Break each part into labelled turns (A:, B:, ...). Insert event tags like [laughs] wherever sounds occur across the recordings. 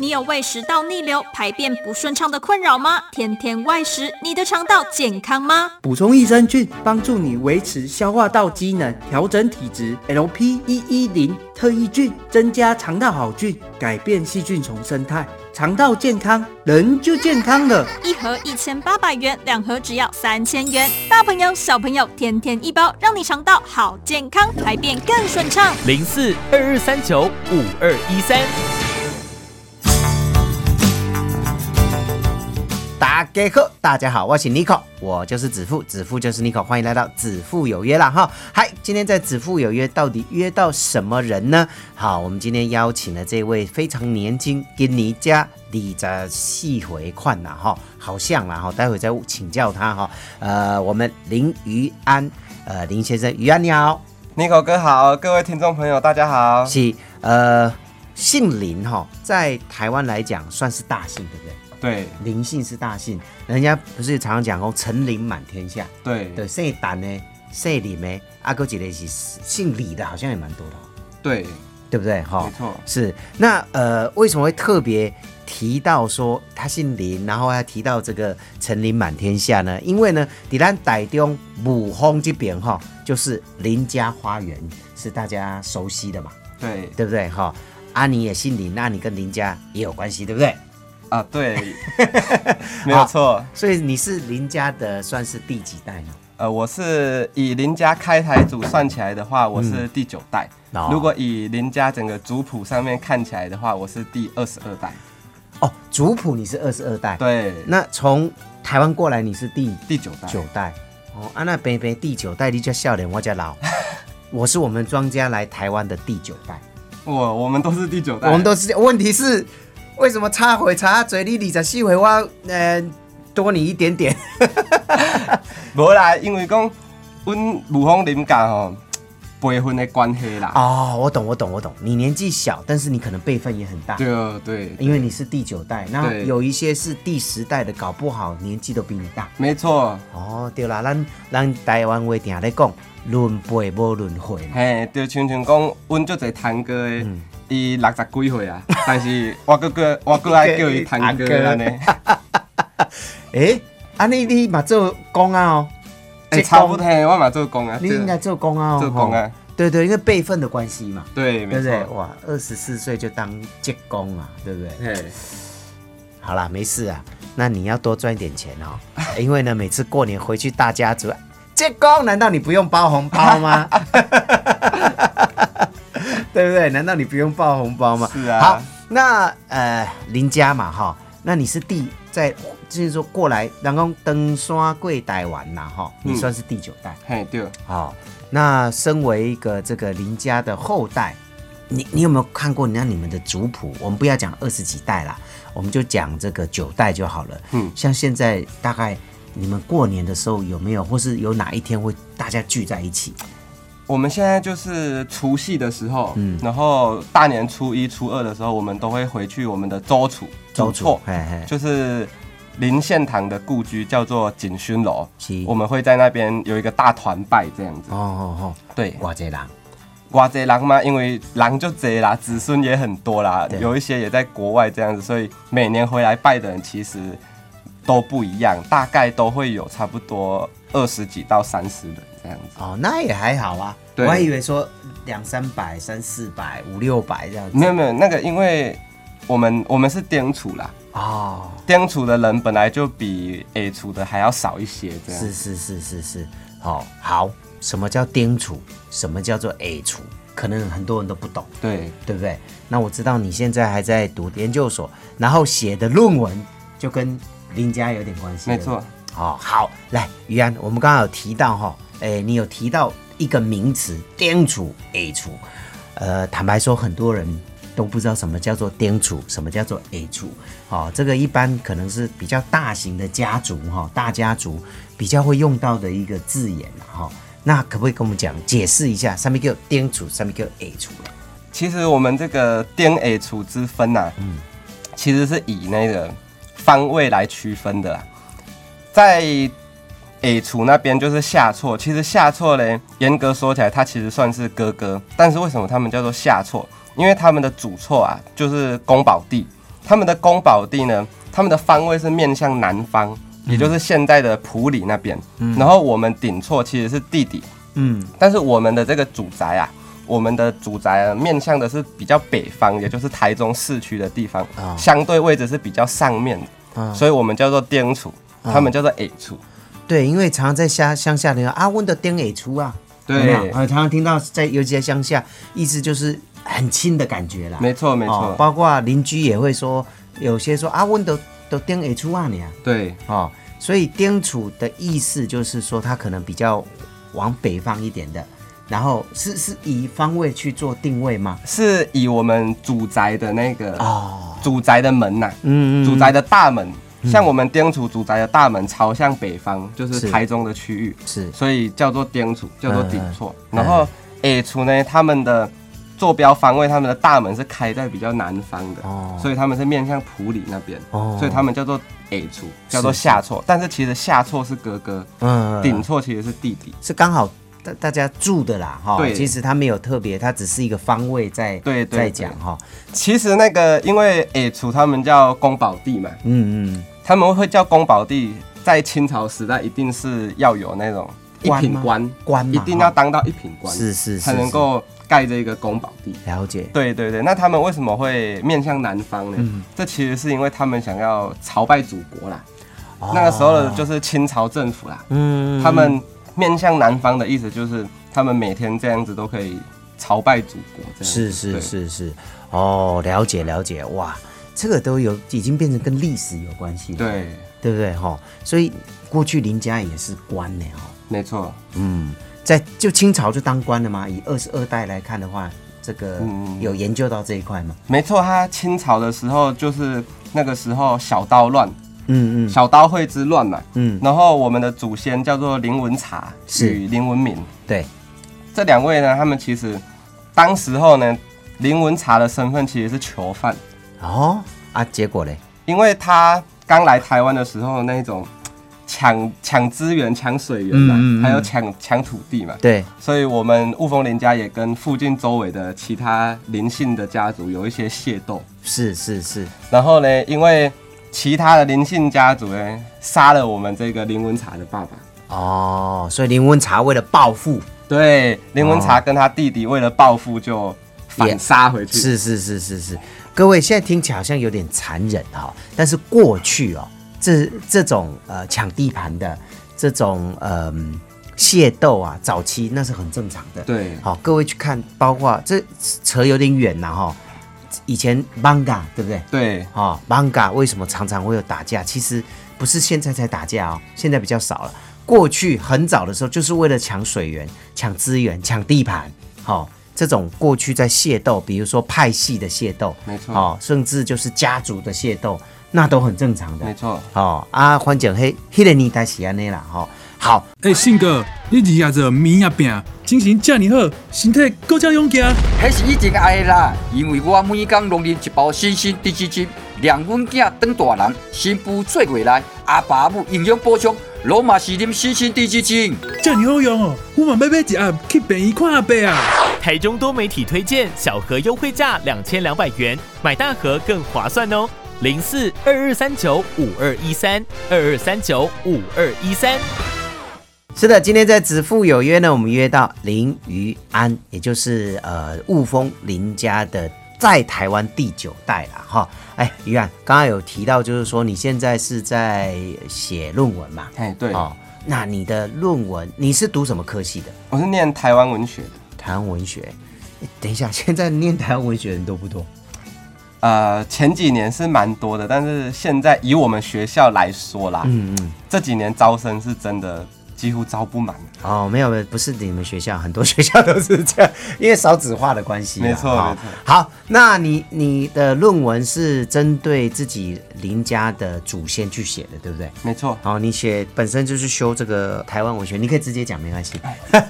A: 你有胃食道逆流、排便不顺畅的困扰吗？天天外食，你的肠道健康吗？
B: 补充益生菌，帮助你维持消化道机能，调整体质。LP 一一零特异菌增加肠道好菌，改变细菌丛生态，肠道健康，人就健康了。
A: 一盒一千八百元，两盒只要三千元。大朋友、小朋友，天天一包，让你肠道好健康，排便更顺畅。
C: 零四二二三九五二一三。
D: 大家好，大家好，我是 Nico，我就是子父，子父就是 Nico，欢迎来到子父有约啦哈。嗨，今天在子父有约到底约到什么人呢？好，我们今天邀请了这位非常年轻，跟你家李着细回款啦哈，好像啦哈，待会再请教他哈。呃，我们林于安，呃，林先生，于安你好，
E: 尼口哥好，各位听众朋友大家好。
D: 是呃姓林哈，在台湾来讲算是大姓，对不对？
E: 对
D: 灵性是大性，人家不是常常讲哦，成林满天下。
E: 对
D: 对，姓胆呢，姓李呢，阿哥姐的啊是姓李的，好像也蛮多的哦，
E: 对，
D: 对不对？哈、
E: 没错
D: 是。那呃，为什么会特别提到说他姓林，然后还提到这个成林满天下呢？因为呢，迪兰傣中母峰这边哈、就是林家花园，是大家熟悉的嘛，
E: 对
D: 对不对？哈、啊，你也姓林，那你跟林家也有关系，对不对？
E: 啊，对，
D: [laughs]
E: 没有错。
D: 所以你是林家的，算是第几代呢？
E: 呃，我是以林家开台组算起来的话，我是第九代。
D: 哦
E: 如果以林家整个族谱上面看起来的话，我是第二十二代。
D: 哦，族谱你是二十二代，。
E: 对，
D: 那从台湾过来你是第
E: 第九代。
D: 九代，哦，啊，那北北第九代，你叫笑脸，我叫
E: [laughs]
D: 老。我是我们庄家来台湾的第九代，
E: 我我们都是第九代。
D: 我们都是。问题是为什么插回插嘴里你才细回我呃多你一点
E: [laughs]
D: 点？
E: 无啦，因为讲阮武峰林家吼辈分的关系啦。
D: 哦，我懂，我懂，我懂。你年纪小，但是你可能辈分也很大，
E: 对对，
D: 因为你是第九代。那
E: 对
D: 有一些是第十代的，搞不好年纪都比你大。
E: 没错。
D: 哦，对啦，咱咱台湾话定咧讲，轮辈无轮回嘛。
E: 嘿，就亲像讲，阮足侪堂哥的，
D: 嗯
E: 伊六十几岁啊，但是我个个我个
D: [laughs]
E: 爱叫伊堂哥安尼，
D: 诶、安尼你嘛做工啊哦，
E: 哎，
D: 这
E: 差不多，嘿我嘛做工啊，
D: 你
E: 这
D: 应该做工啊、哦，
E: 做工啊
D: 吼，对对，因为辈分的关系嘛，对
E: 对，没
D: 不对？
E: 错，
D: 哇，二十四岁就当职工啊，对不对？
E: 嘿，
D: 好啦，没事啊，那你要多赚一点钱哦， [laughs] 因为呢，每次过年回去大家族，职工难道你不用包红包吗？ [laughs] 对不对？难道你不用包红包吗？
E: 是啊
D: 好，那呃，林家嘛哈，那你是第在，就是说过来，然后登山贵台湾呐哈，你
E: 嗯
D: 算是第九代。
E: 嘿对，
D: 好、那身为一个这个林家的后代，你你有没有看过人家你们的族谱？我们不要讲二十几代啦，我们就讲这个九代就好了。
E: 嗯
D: 像现在大概你们过年的时候有没有，或是有哪一天会大家聚在一起？
E: 我们现在就是除夕的时候
D: 嗯，
E: 然后大年初一、初二的时候，我们都会回去我们的周楚，
D: 周
E: 楚厝
D: 嘿嘿，
E: 就是林献堂的故居，叫做景勋楼
D: 是，
E: 我们会在那边有一个大团拜这样子
D: 哦，哦
E: 对
D: 哦，，哇，这狼
E: 哇，这狼嘛，因为狼就贼啦，子孙也很多啦，有一些也在国外这样子，所以每年回来拜的人其实都不一样，大概都会有差不多二十几到三十人这样子。
D: 哦，那也还好啊。我
E: 对
D: 还以为说两三百、三四百、五六百这样子。
E: 没有没有，那个因为我们我们是滇楚啦，
D: 哦，
E: 滇楚的人本来就比 A 楚的还要少一些这样
D: 是。是是是是，好、好，什么叫丁楚？什么叫做 A 楚？可能很多人都不懂，
E: 对
D: 对不对？那我知道你现在还在读研究所，然后写的论文就跟林家有点关系，
E: 没错。
D: 哦，好，来，于安，我们刚刚有提到哈，哎，你有提到一个名词“丁楚 A 楚”，呃，坦白说，很多人都不知道什么叫做“丁楚”，什么叫做 “A 楚”。哦，这个一般可能是比较大型的家族哈、大家族比较会用到的一个字眼哈、那可不可以跟我们讲解释一下，上面叫丁楚，上面叫 A 楚了？
E: 其实我们这个 DNA 处之分呐、嗯，其实是以那个方位来区分的啦。在 A 处那边就是下错，其实下错嘞，严格说起来，它其实算是哥哥，但是为什么他们叫做下错？因为他们的主错啊，就是宫保地，他们的宫保地呢，他们的方位是面向南方，也就是现在的普里那边。然后我们顶错其实是地底，
D: 嗯，
E: 但是我们的这个主宅啊，我们的主宅啊面向的是比较北方，也就是台中市区的地方，
D: 啊
E: 相对位置是比较上面的，
D: 啊
E: 所以我们叫做滇楚，他们叫做 A 楚。
D: 对，因为常常在乡乡下的人啊，问的丁 A 楚啊，
E: 对
D: 啊，常常听到在尤其在乡下，意思就是很亲的感觉啦。哦
E: 没错没错，
D: 包括邻居也会说，有些说啊，问的都丁 A 楚啊你啊，
E: 对
D: 哦，所以丁楚的意思就是说，它可能比较往北方一点的，然后是是以方位去做定位吗？
E: 是以我们主宅的那个
D: 哦，
E: 主宅的门呐、
D: 嗯
E: 主宅的大门，像我们滇楚主宅的大门朝向北方，就是
D: 是
E: 台中的区域，
D: 是
E: 所以叫做滇楚，叫做顶错。
D: 嗯
E: 然后 A 楚呢，他们的坐标方位，他们的大门是开在比较南方的，
D: 哦
E: 所以他们是面向普里那边，
D: 哦
E: 所以他们叫做 A 楚，叫做
D: 是
E: 下错。但是其实下错是哥哥，
D: 嗯
E: 顶错其实是弟弟。
D: 是刚好大大家住的啦，哈、
E: 对
D: 其实它没有特别，它只是一个方位在
E: 对
D: 在
E: 对对
D: 讲哈、
E: 其实那个因为 A 楚他们叫宫保地嘛，
D: 嗯嗯，
E: 他们会叫宫保地，在清朝时代一定是要有那种一
D: 官吗
E: 品官，
D: 官嘛
E: 一定要当到一品官，
D: 是是是
E: 才能够盖这个宫保地。
D: 了解，
E: 对对对，那他们为什么会面向南方呢？
D: 嗯
E: 这其实是因为他们想要朝拜祖国啦。那个时候的就是清朝政府啦，
D: 哦嗯，
E: 他们面向南方的意思就是他们每天这样子都可以朝拜祖国，这样子
D: 是是
E: 对
D: 是是，哦，了解了解，哇，这个都有已经变成跟历史有关系了，
E: 对，
D: 对不对哈、所以过去林家也是官呢哈、
E: 没错，
D: 嗯，在就清朝就当官了吗？以二十二代来看的话，这个
E: 嗯
D: 有研究到这一块吗？
E: 没错。他清朝的时候就是那个时候小刀乱，
D: 嗯嗯
E: 小刀会之乱嘛，
D: 嗯，
E: 然后我们的祖先叫做林文察
D: 是
E: 与林文敏
D: 对，
E: 这两位呢，他们其实当时候呢，林文察的身份其实是囚犯，
D: 哦啊，结果嘞，
E: 因为他刚来台湾的时候那一种抢抢资源、抢水源嘛，
D: 嗯嗯嗯
E: 还有抢抢土地嘛，
D: 对，
E: 所以我们雾峰林家也跟附近周围的其他林姓的家族有一些械斗，
D: 是是是，
E: 然后呢，因为其他的林姓家族呢杀了我们这个林文察的爸爸。
D: 哦，所以林文茶为了报复，
E: 对，林文茶跟他弟弟为了报复就反杀回去。
D: 是是是是是，各位现在听起来好像有点残忍哈、但是过去哦，这这种呃抢地盘的这种呃械斗啊，早期那是很正常的。，
E: 对，
D: 好、各位去看，包括这扯有点远了哈、以前 manga 对不对？
E: 对，
D: 啊、b a n g a 为什么常常会有打架？其实不是现在才打架哦，现在比较少了。过去很早的时候，就是为了抢水源、抢资源、抢地盘，好、这种过去在械斗，比如说派系的械斗，
E: 没错
D: 哦，甚至就是家族的械斗，那都很正常的
E: 没。错。
D: 哦，啊，反正嘿，迄个年代是安尼啦，吼、好，
F: 哎、信哥，你日夜做面啊饼，精神遮尔好，身体更加勇健。
G: 迄是以前爱的啦，因为我每天拢啉一包新鲜低脂精，让阮囝当大人，新妇做未来，阿爸母营养补充，拢嘛是啉新鲜低脂精。
F: 遮尔好用哦，我嘛要买一盒去病院看阿伯啊。
C: 台中多媒体推荐小盒优惠价两千两百元，买大盒更划算哦。零四二二三九五二一三二二三九五二一三。
D: 是的，今天在子父有约呢，我们约到林于安，也就是呃雾峰林家的在台湾第九代了哈。哎，于安，刚刚有提到，就是说你现在是在写论文嘛？
E: 哎，对，
D: 哦，那你的论文你是读什么科系的？
E: 我是念台湾文学的。
D: 台湾文学。哎 [laughs] 等一下，现在念台湾文学的人多不多？
E: 呃，前几年是蛮多的，但是现在以我们学校来说啦，
D: 嗯嗯，
E: 这几年招生是真的几乎招不满。
D: 哦，没有，不是你们学校，很多学校都是这样，因为少子化的关系啊、
E: 没错
D: 好
E: 没错
D: 好，那你你的论文是针对自己邻家的祖先去写的，对不对？
E: 没错，
D: 好，你写本身就是修这个台湾文学，你可以直接讲没关系。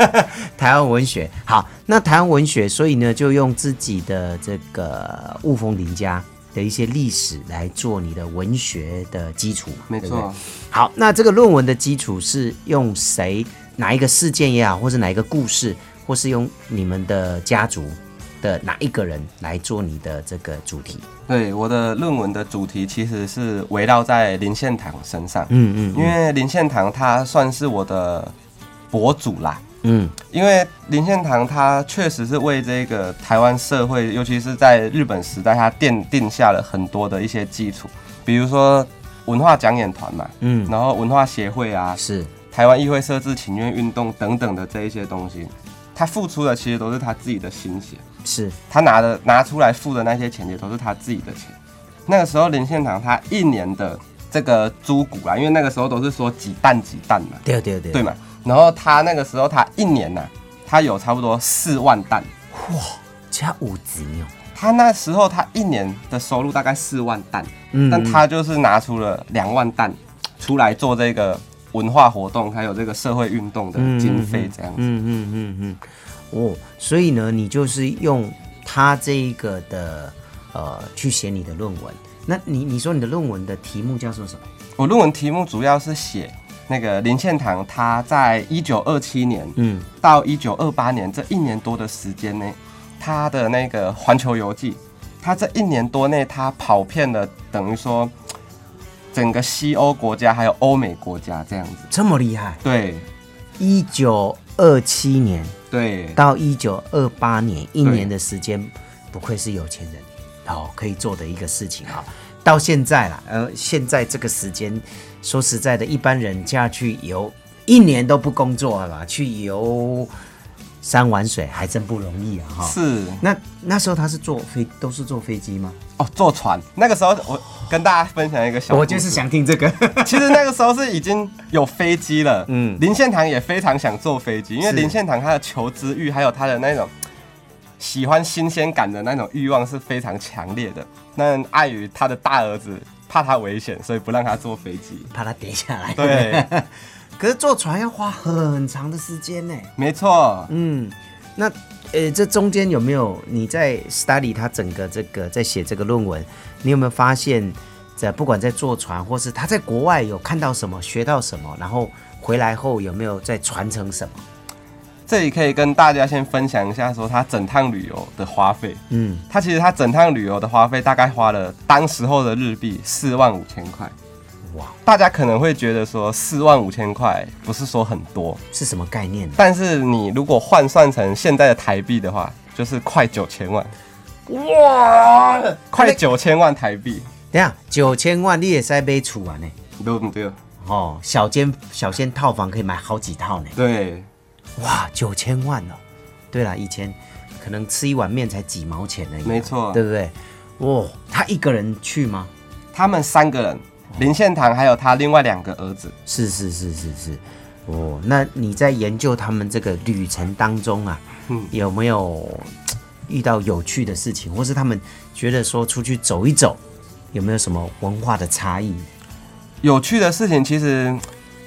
D: [laughs] 台湾文学，好，那台湾文学，所以呢，就用自己的这个雾峰林家的一些历史来做你的文学的基础嘛，
E: 没
D: 对不对
E: 错。
D: 好，那这个论文的基础是用谁哪一个事件也好，或是哪一个故事，或是用你们的家族的哪一个人来做你的这个主题？
E: 对，我的论文的主题其实是围绕在林献堂身上，
D: 嗯
E: 因为林献堂他算是我的博主啦。
D: 嗯
E: 因为林献堂他确实是为这个台湾社会，尤其是在日本时代，他奠定下了很多的一些基础，比如说文化讲演团嘛，
D: 嗯，
E: 然后文化协会啊，
D: 是
E: 台湾议会设置请愿运动等等的这一些东西，他付出的其实都是他自己的心血，
D: 是，
E: 他拿的拿出来付的那些钱也都是他自己的钱。那个时候林献堂他一年的这个租股啊，因为那个时候都是说几担几担嘛，
D: 对对对
E: 对嘛？然后他那个时候他一年呐、他有差不多四万担。
D: 加五子牛，
E: 他那时候他一年的收入大概四万担，
D: 嗯
E: 但他就是拿出了两万担出来做这个文化活动，还有这个社会运动的经费这样子。
D: 嗯嗯嗯嗯，哦，所以呢，你就是用他这一个的呃去写你的论文。那你你说你的论文的题目叫做什么？
E: 我论文题目主要是写那个林献堂他在一九二七年
D: 嗯
E: 到一九二八年这一年多的时间内，他的那个环球游记，他这一年多内他跑遍了等于说整个西欧国家还有欧美国家这样子。
D: 这么厉害，
E: 对
D: 一九二七年
E: 对，
D: 到一九二八年一
E: 对
D: 年的时间，不愧是有钱人哦，可以做的一个事情啊、到现在啦，呃，现在这个时间，说实在的，一般人家去游一年都不工作了吧，去游山玩水还真不容易啊哈、
E: 是
D: 那那时候他是坐飞，都是坐飞机吗？
E: 哦，坐船。那个时候我跟大家分享一个小，
D: 我就是，想听这
E: [laughs]
D: 个。
E: 其实那个时候是已经有飞机了。
D: 嗯
E: 嗯，林献堂也非常想坐飞机，因为
D: 是
E: 林献堂他的求知欲还有他的那种喜欢新鲜感的那种欲望是非常强烈的。那碍于他的大儿子怕他危险，所以不让他坐飞机。
D: 怕他跌下来。
E: 对，
D: 可是坐船要花很长的时间呢。
E: 没错，
D: 嗯，那呃，这中间有没有你在 study 他整个这个在写这个论文，你有没有发现，在不管在坐船或是他在国外有看到什么、学到什么，然后回来后有没有再传承什么？
E: 这里可以跟大家先分享一下，说他整趟旅游的花费。
D: 嗯，
E: 他其实他整趟旅游的花费大概花了当时候的日币四万五千块。
D: 哇
E: 哇！大家可能会觉得说四万五千块不是说很多，
D: 是什么概念呢？
E: 但是你如果换算成现在的台币的话，就是快九千万。哇！快九千万台币，
D: 等一下九千万你也塞杯储完呢？
E: 对不对？
D: 哦，小间小间套房可以买好几套呢。
E: 对，
D: 哇，九千万哦！对啦，以前可能吃一碗面才几毛钱而已嘛，啊
E: 没错
D: 对不对？哇，他一个人去吗？
E: 他们三个人，林献堂还有他另外两个儿子，
D: 是是是是是，哦，那你在研究他们这个旅程当中啊，
E: 嗯
D: 有没有嘖遇到有趣的事情，或是他们觉得说出去走一走，有没有什么文化的差异？
E: 有趣的事情，其实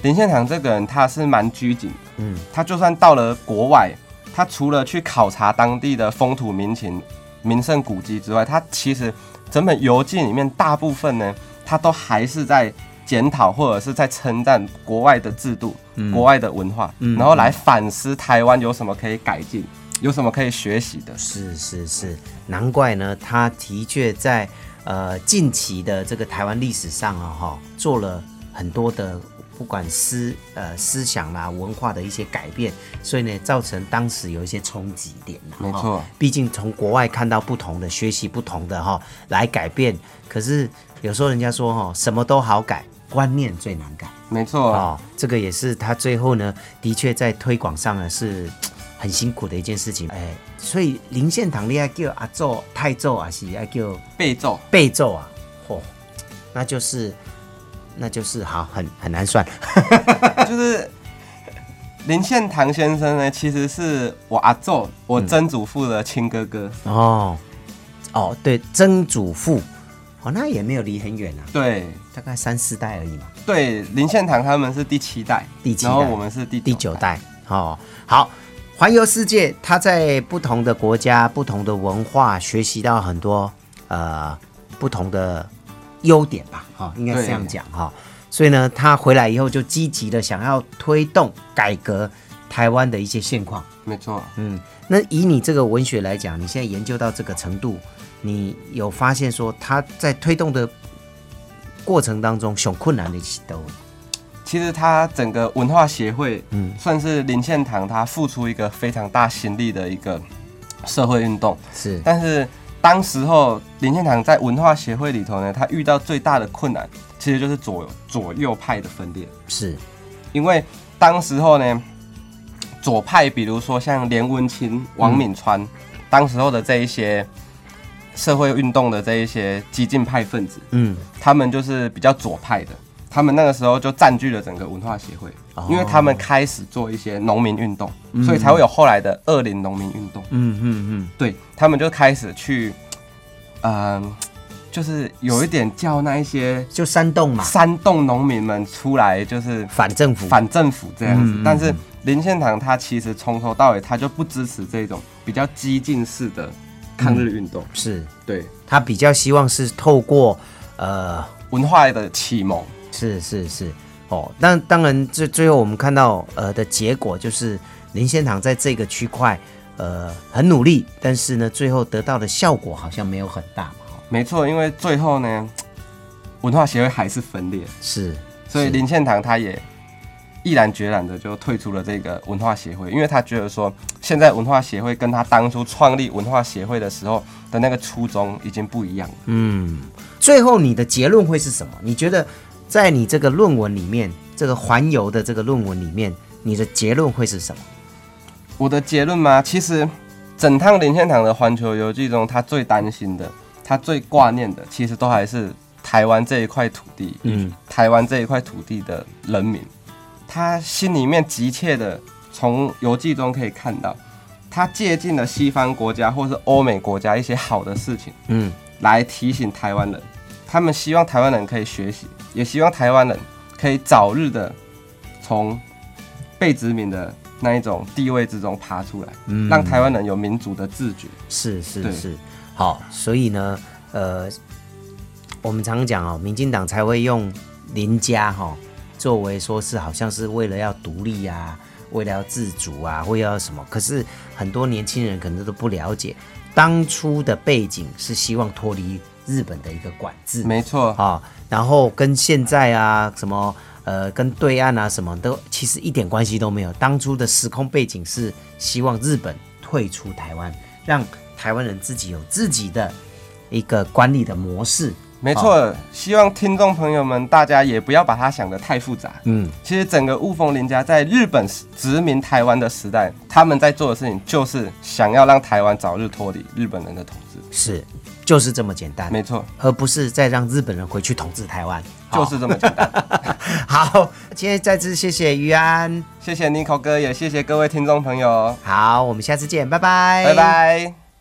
E: 林献堂这个人他是蛮拘谨的，
D: 嗯
E: 嗯，他就算到了国外，他除了去考察当地的风土民情、名胜古迹之外，他其实整本游记里面大部分呢，他都还是在检讨或者是在称赞国外的制度、国外的文化，然后来反思台湾有什么可以改进，有什么可以学习的。
D: 是是是，难怪呢，他的确在呃近期的这个台湾历史上啊，哈，做了很多的不管思呃思想啦、文化的一些改变，所以呢，造成当时有一些冲击点啦。
E: 没
D: 哈
E: 错
D: 毕竟从国外看到不同的，学习不同的哈、来改变。可是有时候人家说哈、什么都好改，观念最难改。
E: 没错，
D: 哦，这个也是他最后呢，的确在推广上呢是很辛苦的一件事情。哎，所以林献堂你爱叫阿奏、太奏啊，是爱叫
E: 备奏。
D: 备奏啊，嚯、那就是那就是好，很很难算。
E: 就是林献堂先生呢，其实是我阿祖，我曾祖父的亲哥哥。
D: 哦，哦，对，曾祖父，哦，那也没有离很远啊，
E: 对
D: 大概三四代而已嘛，
E: 对，林献堂他们是第七代，
D: 第七代
E: 然后我们是第
D: 第
E: 九
D: 九。代。哦，好，环游世界，他在不同的国家、不同的文化，学习到很多呃不同的优点吧，哈、哦，应该是
E: 对
D: 这样讲哈、所以呢，他回来以后就积极的想要推动改革台湾的一些现况。
E: 没错，
D: 嗯，那以你这个文学来讲，你现在研究到这个程度，你有发现说他在推动的过程当中，熊困难的都
E: 其实他整个文化协会，
D: 嗯
E: 嗯，算是林献堂他付出一个非常大心力的一个社会运动。
D: 是
E: 但是当时候林献堂在文化协会里头呢，他遇到最大的困难，其实就是左左右派的分裂。
D: 是
E: 因为当时候呢，左派比如说像连温清、王敏川，当时候的这一些社会运动的这一些激进派分子，
D: 嗯
E: 他们就是比较左派的，他们那个时候就占据了整个文化协会，
D: 哦
E: 因为他们开始做一些农民运动，所以才会有后来的二零农民运动。
D: 嗯嗯嗯
E: 对他们就开始去，嗯、就是有一点叫那一些
D: 就煽动嘛，
E: 煽动农民们出来，就是
D: 反政府，
E: 反政府这样子。
D: 嗯嗯
E: 但是林献堂他其实从头到尾他就不支持这种比较激进式的抗日运动，
D: 是
E: 对
D: 他比较希望是透过呃，
E: 文化的启蒙。
D: 是是是哦，但当然最最后我们看到呃的结果就是林献堂在这个区块呃很努力，但是呢最后得到的效果好像没有很大嘛，哦
E: 没错，因为最后呢，文化协会还是分裂，
D: 是，
E: 所以
D: 是
E: 林献堂他也毅然决然的就退出了这个文化协会，因为他觉得说，现在文化协会跟他当初创立文化协会的时候的那个初衷已经不一样了。
D: 嗯，最后你的结论会是什么？你觉得在你这个论文里面，这个环游的这个论文里面，你的结论会是什么？
E: 我的结论吗？其实整趟林献堂的环球游记中，他最担心的，他最挂念的，其实都还是台湾这一块土地，
D: 嗯，
E: 台湾这一块土地的人民，他心里面急切的，从游记中可以看到，他借鉴了西方国家或是欧美国家一些好的事情，
D: 嗯，
E: 来提醒台湾人，他们希望台湾人可以学习，也希望台湾人可以早日的从被殖民的那一种地位之中爬出来，
D: 嗯
E: 让台湾人有民主的自觉。
D: 是是
E: 对
D: 是，好，所以呢，呃，我们常讲哦，民进党才会用林家哈、作为说是好像是为了要独立啊，为了要自主啊，为了要什么？可是很多年轻人可能都不了解，当初的背景是希望脱离日本的一个管制，
E: 没错，
D: 啊、然后跟现在啊什么呃跟对岸啊什么都其实一点关系都没有。当初的时空背景是希望日本退出台湾，让台湾人自己有自己的一个管理的模式。
E: 没错。希望听众朋友们大家也不要把它想得太复杂。
D: 嗯，
E: 其实整个雾峰林家在日本殖民台湾的时代，他们在做的事情就是想要让台湾早日脱离日本人的统治。
D: 是，就是这么简单，
E: 没错，
D: 而不是再让日本人回去统治台湾。好
E: 就是这么简单。
D: 好，今天再次谢谢于安。
E: 谢谢 Nico 哥，也谢谢各位听众朋友，
D: 好，我们下次见，拜拜，
E: 拜拜。